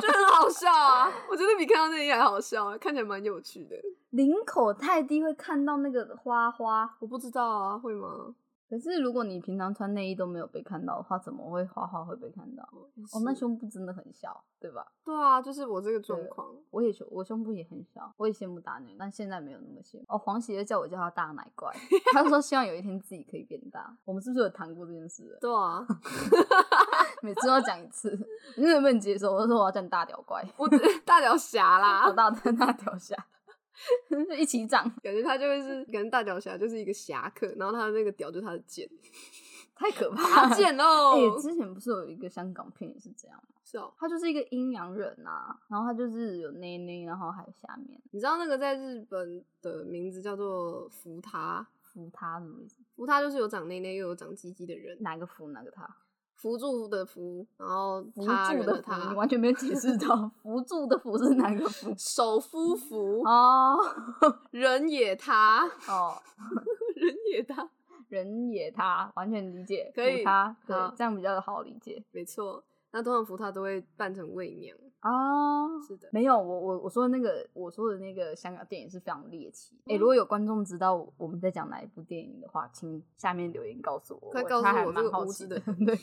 [SPEAKER 2] 就很好笑啊！我觉得比看到那衣还好笑、啊，看起来蛮有趣的。
[SPEAKER 1] 领口太低会看到那个花花，
[SPEAKER 2] 我不知道啊，会吗？
[SPEAKER 1] 可是如果你平常穿内衣都没有被看到的话，怎么会花花会被看到？哦，那
[SPEAKER 2] 是
[SPEAKER 1] 胸部真的很小，对吧？
[SPEAKER 2] 对啊，就是我这个状
[SPEAKER 1] 对
[SPEAKER 2] 况，
[SPEAKER 1] 我也胸，我胸部也很小，我也羡慕大奶，但现在没有那么羡慕。哦，黄喜就叫我叫他大奶
[SPEAKER 2] [laughs]
[SPEAKER 1] 怪，他说希望有一天自己可以变大。我们是不是有谈过这件事了？
[SPEAKER 2] 对啊，
[SPEAKER 1] 每次都要讲一次，你能不能接受？我就说我要叫你大屌怪，
[SPEAKER 2] 我 [laughs] 大脚侠啦
[SPEAKER 1] 我，大 [laughs] 大大屌侠，就一起长。
[SPEAKER 2] 感觉他就会是，感觉大脚侠就是一个侠客，然后他的那个屌就是他的剑，
[SPEAKER 1] 太可怕
[SPEAKER 2] 拔
[SPEAKER 1] 了。
[SPEAKER 2] [laughs] 剑
[SPEAKER 1] 哎、
[SPEAKER 2] 哦，
[SPEAKER 1] 之前不是有一个香港片也是这样吗，
[SPEAKER 2] 是哦。
[SPEAKER 1] 他就是一个阴阳人啊，然后他就是有内内，然后还有下面
[SPEAKER 2] 你知道那个在日本的名字叫做福他，
[SPEAKER 1] 扶他什么意思？
[SPEAKER 2] 福他就是有长内内又有长鸡鸡的人，
[SPEAKER 1] 哪个扶哪个他？
[SPEAKER 2] 扶住的扶，然后
[SPEAKER 1] 扶
[SPEAKER 2] 他
[SPEAKER 1] 住
[SPEAKER 2] 人
[SPEAKER 1] 的扶，
[SPEAKER 2] 他
[SPEAKER 1] 你，完全没有解释
[SPEAKER 2] [laughs]
[SPEAKER 1] 到扶住的扶是哪个扶？
[SPEAKER 2] 手夫扶，
[SPEAKER 1] [laughs] 哦
[SPEAKER 2] 人也他，
[SPEAKER 1] 哦，
[SPEAKER 2] [laughs] 人也他，
[SPEAKER 1] 人也他，完全理解，
[SPEAKER 2] 可以
[SPEAKER 1] 扶他对
[SPEAKER 2] 好，
[SPEAKER 1] 这样比较好理解
[SPEAKER 2] 没错。那通常扶他都会扮成媚娘，
[SPEAKER 1] 啊。
[SPEAKER 2] 是的，
[SPEAKER 1] 没有，我我我说的那个我说的那个香港电影是非常猎奇。哎、
[SPEAKER 2] 嗯
[SPEAKER 1] 如果有观众知道我们在讲哪一部电影的话，请下面留言告诉我，
[SPEAKER 2] 快
[SPEAKER 1] 我
[SPEAKER 2] 告诉
[SPEAKER 1] 他还
[SPEAKER 2] 我这
[SPEAKER 1] 蛮
[SPEAKER 2] 个
[SPEAKER 1] 好
[SPEAKER 2] 无
[SPEAKER 1] 奇
[SPEAKER 2] 知的
[SPEAKER 1] [laughs] 对，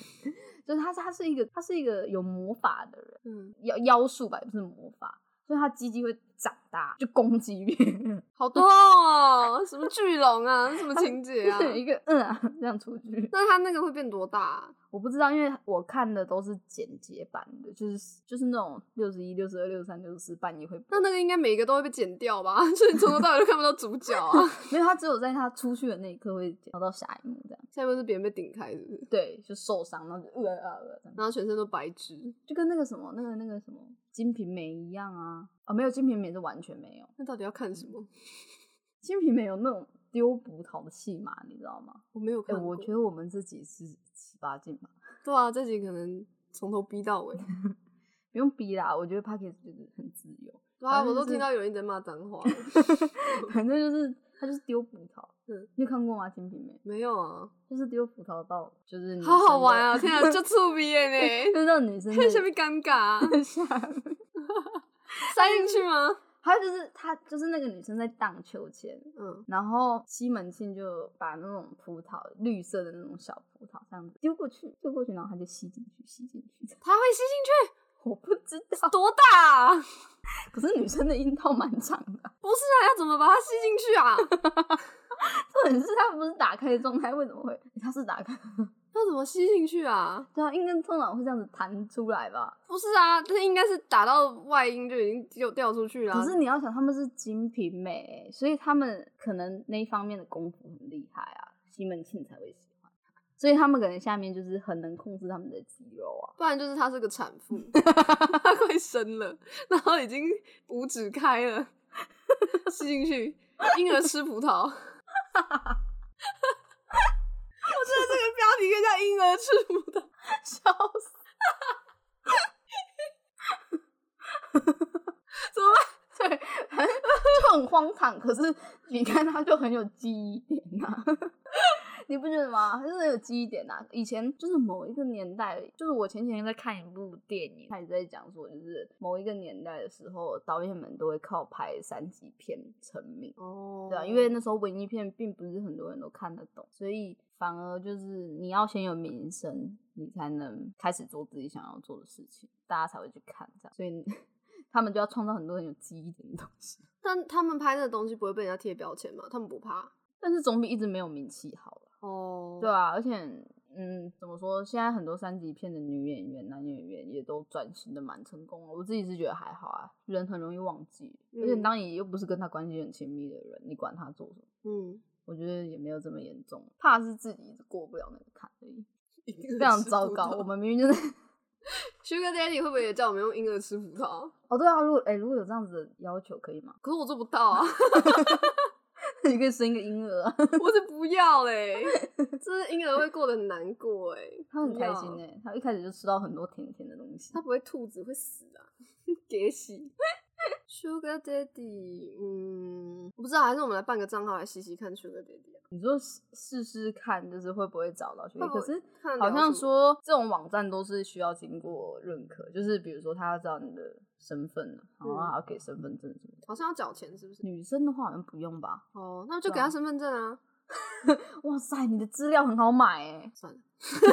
[SPEAKER 1] 就是他是他是一个他是一个有魔法的人，
[SPEAKER 2] 嗯，
[SPEAKER 1] 妖妖术吧，也不是魔法，所以他鸡鸡会长大，就攻击别人。 [laughs]
[SPEAKER 2] 好痛哦，什么巨龙啊，什么
[SPEAKER 1] [laughs]
[SPEAKER 2] 情节啊？
[SPEAKER 1] 一个嗯啊这样出去，
[SPEAKER 2] 那他那个会变多大啊、
[SPEAKER 1] 我不知道，因为我看的都是剪辑版的，就是就是那种六十一、六十二、六十三、六十四半夜会 [laughs] 播，
[SPEAKER 2] 那那个应该每一个都会被剪掉吧？ [laughs] 所以你从头到尾都看不到主角啊。 [laughs]
[SPEAKER 1] 没有，他只有在他出去的那一刻会剪到下一幕这样，
[SPEAKER 2] 下面是别人被顶开，是不是？
[SPEAKER 1] 对，就受伤，然后就呃呃呃这样，
[SPEAKER 2] 然后全身都白纸，
[SPEAKER 1] 就跟那个什么那个那个什么《金瓶梅》一样啊，啊、没有《金瓶梅》是完全没有，《
[SPEAKER 2] 那到底要看什么？
[SPEAKER 1] 金瓶梅》有那种丢葡萄的戏码，你知道吗？
[SPEAKER 2] 我没有
[SPEAKER 1] 哎、
[SPEAKER 2] 看过。
[SPEAKER 1] 我觉得我们自己是十八禁吧，
[SPEAKER 2] 对啊，这集可能从头逼到尾。
[SPEAKER 1] 不用逼啦，我觉得 p a c k e t 就是很自由。
[SPEAKER 2] [laughs] 对啊，
[SPEAKER 1] 反正
[SPEAKER 2] 我都
[SPEAKER 1] 就是
[SPEAKER 2] 听到有人一直在骂脏
[SPEAKER 1] [laughs]
[SPEAKER 2] 话。
[SPEAKER 1] 反正就是他就是丢葡萄。
[SPEAKER 2] 嗯
[SPEAKER 1] 你有看过吗？《金瓶梅》
[SPEAKER 2] 没有啊，
[SPEAKER 1] 就是丢葡萄到，就是女
[SPEAKER 2] 好
[SPEAKER 1] 嗯
[SPEAKER 2] 好
[SPEAKER 1] 生的 [laughs]
[SPEAKER 2] 玩啊！天啊，就触逼耶呢，
[SPEAKER 1] 就是让
[SPEAKER 2] [laughs]
[SPEAKER 1] 女生的
[SPEAKER 2] 看下面尴尬、
[SPEAKER 1] [laughs]
[SPEAKER 2] 啊，
[SPEAKER 1] 下面，
[SPEAKER 2] 塞进去吗？
[SPEAKER 1] 他就是他就是那个女生在荡秋千，
[SPEAKER 2] 嗯，
[SPEAKER 1] 然后西门庆就把那种葡萄绿色的那种小葡萄这样子丢过去，丢过去，然后他就吸进去，吸进去。
[SPEAKER 2] 它会吸进
[SPEAKER 1] [laughs] 我不知
[SPEAKER 2] 去，
[SPEAKER 1] 道，
[SPEAKER 2] 多大、啊？
[SPEAKER 1] 可是女生的阴道蛮长的，
[SPEAKER 2] 不是啊，要怎么把它吸进去啊？ [laughs]
[SPEAKER 1] 重点是他不是打开的状态，为什么会？他是打开，
[SPEAKER 2] 要怎么吸进去啊？
[SPEAKER 1] 对啊，应该通常会这样子弹出来吧？
[SPEAKER 2] 不是啊，这应该是打到外阴就已经掉掉出去了、
[SPEAKER 1] 可是你要想，他们是精品美欸、所以他们可能那一方面的功夫很厉害啊，西门庆才会喜欢。所以他们可能下面就是很能控制他们的肌肉啊，
[SPEAKER 2] 不然就是她是个产
[SPEAKER 1] [laughs]
[SPEAKER 2] 妇，她快生了，然后已经五指开了，吸进去，婴儿吃葡萄。我觉得这个标题可以叫“婴儿吃
[SPEAKER 1] [laughs]
[SPEAKER 2] 葡萄
[SPEAKER 1] 笑死！”，
[SPEAKER 2] 怎么办？
[SPEAKER 1] 对， [laughs] 反正就很荒唐。可是你看他就很有记忆点呐、 [laughs] 你不觉得吗？就是很有记忆点呐、以前就是某一个年代，就是我前几天在看一部电影，他也在讲说，就是某一个年代的时候，导演们都会靠拍三级片成名。
[SPEAKER 2] 哦
[SPEAKER 1] 对啊，因为那时候文艺片并不是很多人都看得懂，所以反而就是你要先有名声，你才能开始做自己想要做的事情，大家才会去看这样。所以他们就要创造很多很有记忆点的东西， [laughs]
[SPEAKER 2] 但他们拍那个东西不会被人家贴标签嘛？他们不怕
[SPEAKER 1] 但是总比一直没有名气好了。
[SPEAKER 2] 哦
[SPEAKER 1] 对啊，而且嗯，怎么说？现在很多三级片的女演员、男演员也都转型的蛮成功了。我自己是觉得还好啊，人很容易忘记，而且
[SPEAKER 2] 嗯
[SPEAKER 1] 当你又不是跟他关系很亲密的人，你管他做什么？
[SPEAKER 2] 嗯，
[SPEAKER 1] 我觉得也没有这么严重，怕是自己过不了那个坎而已，
[SPEAKER 2] 非
[SPEAKER 1] 非常糟糕。我们明明就是， [laughs]
[SPEAKER 2] Sugar Daddy 会不会也叫我们用婴儿吃葡萄？
[SPEAKER 1] 哦对啊，如果哎、如果有这样子的要求可以吗？ [laughs]
[SPEAKER 2] 可是我做不到啊，
[SPEAKER 1] 你可以生一个婴儿啊， [laughs]
[SPEAKER 2] 我是不要嘞，这婴儿会过得很难过哎、
[SPEAKER 1] 他很
[SPEAKER 2] 不
[SPEAKER 1] 开
[SPEAKER 2] 要
[SPEAKER 1] 心哎、他一开始就吃到很多甜甜的东西
[SPEAKER 2] 他。不会兔子会死啊，给洗。Sugar Daddy，嗯，我不知道，还是我们来办个账号来洗洗看 Sugar Daddy 啊？
[SPEAKER 1] 你说试试试看，就是会不会找到学弟？
[SPEAKER 2] 会不会
[SPEAKER 1] 可是
[SPEAKER 2] 看得
[SPEAKER 1] 好
[SPEAKER 2] 了
[SPEAKER 1] 像
[SPEAKER 2] 什么
[SPEAKER 1] 说这种网站都是需要经过认可，就是比如说他要知道你的身份啊，然后
[SPEAKER 2] 嗯
[SPEAKER 1] 还要给身份证什么的。
[SPEAKER 2] 好像要缴钱是不是？
[SPEAKER 1] 女生的话好像不用吧？
[SPEAKER 2] 哦，那就
[SPEAKER 1] 对
[SPEAKER 2] 给他
[SPEAKER 1] 啊
[SPEAKER 2] 身份证啊。
[SPEAKER 1] 哇塞，你的资料很好买哎、
[SPEAKER 2] 算了，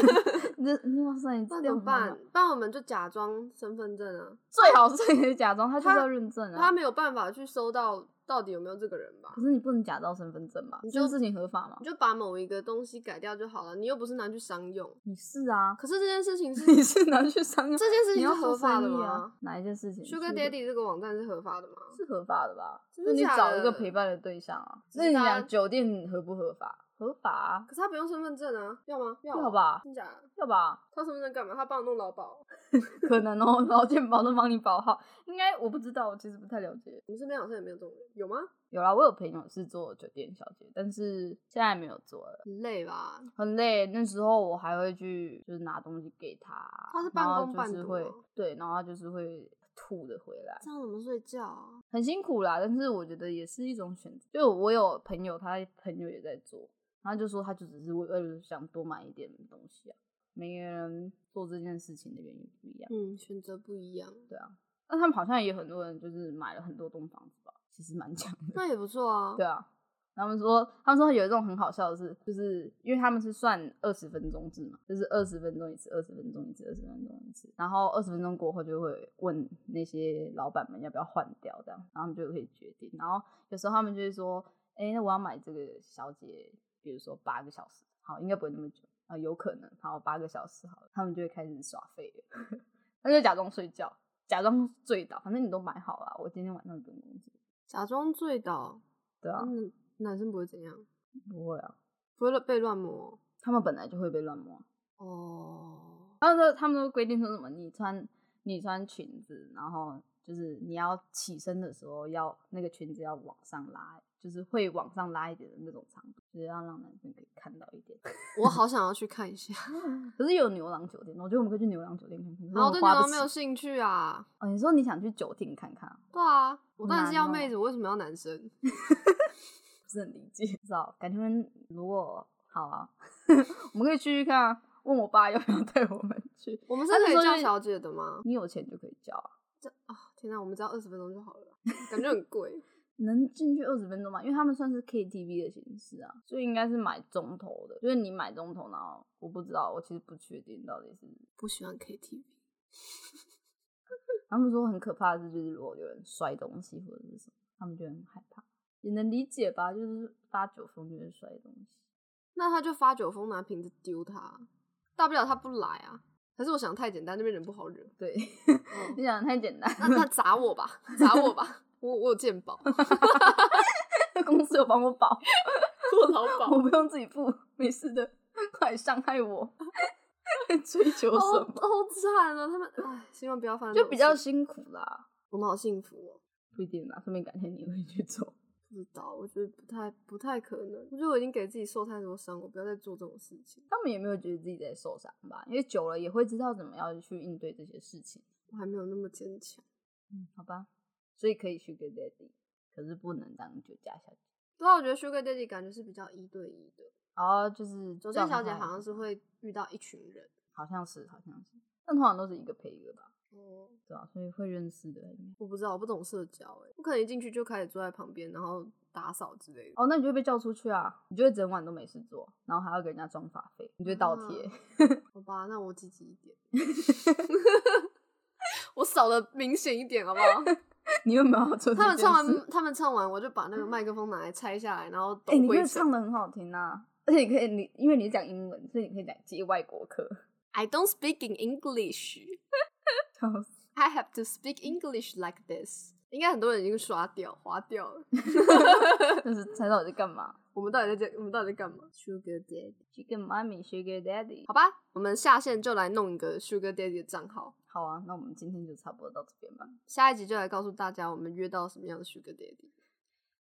[SPEAKER 1] [laughs] 你的你哇塞，你
[SPEAKER 2] 那
[SPEAKER 1] 资
[SPEAKER 2] 怎
[SPEAKER 1] 料
[SPEAKER 2] 么
[SPEAKER 1] 很好买
[SPEAKER 2] 办？不然我们就假装身份证啊，
[SPEAKER 1] 最好是你假装，他就是要认证啊
[SPEAKER 2] 他。没有办法去搜到到底有没有这个人吧
[SPEAKER 1] 可？是你不能假造身份证吧？
[SPEAKER 2] 你
[SPEAKER 1] 这
[SPEAKER 2] 就
[SPEAKER 1] 件事情合法吗
[SPEAKER 2] 你？就把某一个东西改掉就好了，你又不是拿去商用。
[SPEAKER 1] 你是啊，
[SPEAKER 2] 可是这件事
[SPEAKER 1] [laughs]
[SPEAKER 2] 情是
[SPEAKER 1] 你是拿去商用，
[SPEAKER 2] 这件事
[SPEAKER 1] 你
[SPEAKER 2] 情
[SPEAKER 1] 要
[SPEAKER 2] 是
[SPEAKER 1] 做
[SPEAKER 2] 合法的
[SPEAKER 1] 生意
[SPEAKER 2] 吗
[SPEAKER 1] 啊？哪一件事情
[SPEAKER 2] ？Sugar
[SPEAKER 1] 是
[SPEAKER 2] Daddy 这个网嗯站是合法的吗？
[SPEAKER 1] 是合法的吧？
[SPEAKER 2] 真
[SPEAKER 1] 那
[SPEAKER 2] 的
[SPEAKER 1] 你
[SPEAKER 2] 假
[SPEAKER 1] 找一个
[SPEAKER 2] 的
[SPEAKER 1] 陪伴的对象啊？
[SPEAKER 2] 只
[SPEAKER 1] 那
[SPEAKER 2] 是
[SPEAKER 1] 你
[SPEAKER 2] 大家
[SPEAKER 1] 讲酒店合不合法？合法啊，
[SPEAKER 2] 可是他不用身份证啊，要吗？要
[SPEAKER 1] 要？吧，
[SPEAKER 2] 真假的？
[SPEAKER 1] 要吧。
[SPEAKER 2] 他身份证干嘛？他帮我弄劳保。
[SPEAKER 1] 可能哦， [laughs] 然后健保都帮你保好，应该我不知道，我其实不太了解。
[SPEAKER 2] 我们身边好像也没有这种人，有吗？
[SPEAKER 1] 有啦，我有朋友是做酒店小姐，但是现在没有做了，
[SPEAKER 2] 很累吧？
[SPEAKER 1] 很累。那时候我还会去就是拿东西给他，
[SPEAKER 2] 他是
[SPEAKER 1] 然
[SPEAKER 2] 半
[SPEAKER 1] 后
[SPEAKER 2] 工半
[SPEAKER 1] 就是
[SPEAKER 2] 读
[SPEAKER 1] 会
[SPEAKER 2] 哦
[SPEAKER 1] 对，然后他就是会吐的回来，
[SPEAKER 2] 这样怎么睡觉啊？
[SPEAKER 1] 很辛苦啦。但是我觉得也是一种选择。就我有朋友，他朋友也在做，然后就说他就只是为了想多买一点东西啊。每个人做这件事情的原因不一样。
[SPEAKER 2] 嗯，选择不一样，
[SPEAKER 1] 对啊，那他们好像也很多人就是买了很多栋房子吧，其实蛮 [laughs] 强的。
[SPEAKER 2] 那也不错啊。
[SPEAKER 1] 对啊，他们说他们说有一种很好笑的事，就是因为他们是算二十分钟制嘛，就是二十分钟一次，二十分钟一次，二十分钟一次，然后二十分钟过后就会问那些老板们要不要换掉这样，然后他们就可以决定。然后有时候他们就会说，哎、那我要买这个小姐，比如说八个小时，好，应该不会那么久。啊，有可能，好，八个小时好了，他们就会开始耍废了， [laughs] 他就假装睡觉，假装醉倒，反正你都买好了，我今天晚上不用工作，
[SPEAKER 2] 假装醉倒，
[SPEAKER 1] 对啊，
[SPEAKER 2] 嗯，男生不会怎样，
[SPEAKER 1] 不会啊，
[SPEAKER 2] 不会被乱摸
[SPEAKER 1] 他们本来就会被乱摸。
[SPEAKER 2] 哦。
[SPEAKER 1] 他们说他们都规定说什么，你穿你穿裙子，然后就是你要起身的时候要那个裙子要往上拉，就是会往上拉一点的那种长度，就是要让男生可以看到一点。
[SPEAKER 2] 我好想要去看 [laughs] 一下，
[SPEAKER 1] 可是有牛郎酒店，我觉得我们可以去牛郎酒店看看。可是
[SPEAKER 2] 然
[SPEAKER 1] 我
[SPEAKER 2] 后哦对
[SPEAKER 1] 们
[SPEAKER 2] 女
[SPEAKER 1] 花不
[SPEAKER 2] 郎
[SPEAKER 1] 起
[SPEAKER 2] 没有兴趣啊。
[SPEAKER 1] 哦，你说你想去酒店看看啊，
[SPEAKER 2] 对啊，我当然是要
[SPEAKER 1] 难哦
[SPEAKER 2] 妹子，我为什么要男生？
[SPEAKER 1] 不是很理解，不知道。感觉如果好啊， [laughs] 我们可以去去看啊。问我爸要不要带我们去？
[SPEAKER 2] 我啊们是
[SPEAKER 1] 他那
[SPEAKER 2] 可以
[SPEAKER 1] 时候
[SPEAKER 2] 叫
[SPEAKER 1] 就
[SPEAKER 2] 小姐的吗？
[SPEAKER 1] 你有钱就可以叫啊，
[SPEAKER 2] 啊，天哪，我们只要二十分钟就好了啦，感觉很贵。 [laughs]
[SPEAKER 1] 能进去二十分钟嘛？因为他们算是 KTV 的形式啊，所以应该是买中头的，就是你买中头，然后我不知道，我其实不确定到底是。
[SPEAKER 2] 不喜欢 KTV，
[SPEAKER 1] 他们说很可怕的是，就是如果有人摔东西或者是什么，他们就很害怕，也能理解吧？就是发酒疯就是摔东西，
[SPEAKER 2] 那他就发酒疯拿瓶子丢他，大不了他不来啊。还是我想太简单，那边人不好惹。
[SPEAKER 1] 对， [laughs]
[SPEAKER 2] 嗯
[SPEAKER 1] 你想得太简单，
[SPEAKER 2] 那那砸我吧，砸我吧，我我有鉴宝，
[SPEAKER 1] 公司有帮我保，
[SPEAKER 2] 我劳
[SPEAKER 1] [laughs] 我
[SPEAKER 2] 保。
[SPEAKER 1] 不用自己付，没事的，快来伤害我， [laughs] 追求
[SPEAKER 2] 好
[SPEAKER 1] 什么？
[SPEAKER 2] 好惨啊！他们唉，希望不要发生这
[SPEAKER 1] 哦就
[SPEAKER 2] 种事。
[SPEAKER 1] 比较辛苦啦，
[SPEAKER 2] 我们好幸福哦。
[SPEAKER 1] 不一定啦，说明改天你会去做。
[SPEAKER 2] 不知道，我觉得不太不太可能。我觉得我已经给自己受太多伤，我不要再做这种事情。
[SPEAKER 1] 他们也没有觉得自己在受伤吧，因为久了也会知道怎么样去应对这些事情。
[SPEAKER 2] 我还没有那么坚强。
[SPEAKER 1] 嗯，好吧，所以可以 Sugar Daddy，可是不能当酒家小姐。
[SPEAKER 2] 对啊，我觉得 Sugar Daddy 感觉是比较一对一的，
[SPEAKER 1] 然后就是
[SPEAKER 2] 酒店
[SPEAKER 1] 状
[SPEAKER 2] 小姐
[SPEAKER 1] 态
[SPEAKER 2] 好像是，会遇到一群人。
[SPEAKER 1] 好像是，好像是，但通常都是一个陪一个吧，
[SPEAKER 2] 哦，
[SPEAKER 1] 对吧、所以会认识的应该。
[SPEAKER 2] 我不知道，我不懂社交、欸，我可能一进去就开始坐在旁边，然后打扫之类的。
[SPEAKER 1] 哦，那你就会被叫出去啊，你就会整晚都没事做，然后还要给人家装法费，你就会倒贴。 [laughs]
[SPEAKER 2] 啊好吧，那我积极一点， [laughs] 我扫的明显一点，好不好？
[SPEAKER 1] [laughs] 你有没有要做这件事？
[SPEAKER 2] 他们唱完，他们唱完，我就把那个麦克风拿来拆下来，然后抖
[SPEAKER 1] 哎、你可
[SPEAKER 2] 灰
[SPEAKER 1] 以
[SPEAKER 2] 尘
[SPEAKER 1] 唱。的很好听啊，而且你可以，你因为你讲英文，所以你可以讲接外国客， [laughs]
[SPEAKER 2] I don't speak in English. [laughs]
[SPEAKER 1] 笑死。
[SPEAKER 2] I have to speak English like this. [laughs] 应该很多人已经刷掉、划掉了。
[SPEAKER 1] 就是猜到我在干嘛。
[SPEAKER 2] 我们到底在这？我们到底在干嘛？Sugar Daddy。
[SPEAKER 1] Sugar Mommy, Sugar Daddy。
[SPEAKER 2] 好吧，我们下线就来弄一个 Sugar Daddy 的账号。
[SPEAKER 1] 好啊，那我们今天就差不多到这边吧。
[SPEAKER 2] 下一集就来告诉大家我们约到什么样的 Sugar Daddy，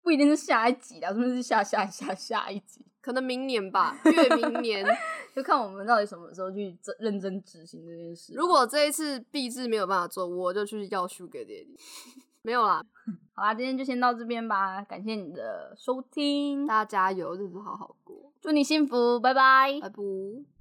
[SPEAKER 1] 不一定是下一集啦，说不定是下下下下一集，
[SPEAKER 2] 可能明年吧，越明年。
[SPEAKER 1] 就看我们到底什么时候去真认真执行这件事。
[SPEAKER 2] 如果这一次币制没有办法做，我就去要 Sugar Daddy。没 [laughs] 有啦，
[SPEAKER 1] 好啦，今天就先到这边吧，感谢你的收听，
[SPEAKER 2] 大家加油，日子好好过，
[SPEAKER 1] 祝你幸福，拜拜
[SPEAKER 2] 拜。拜。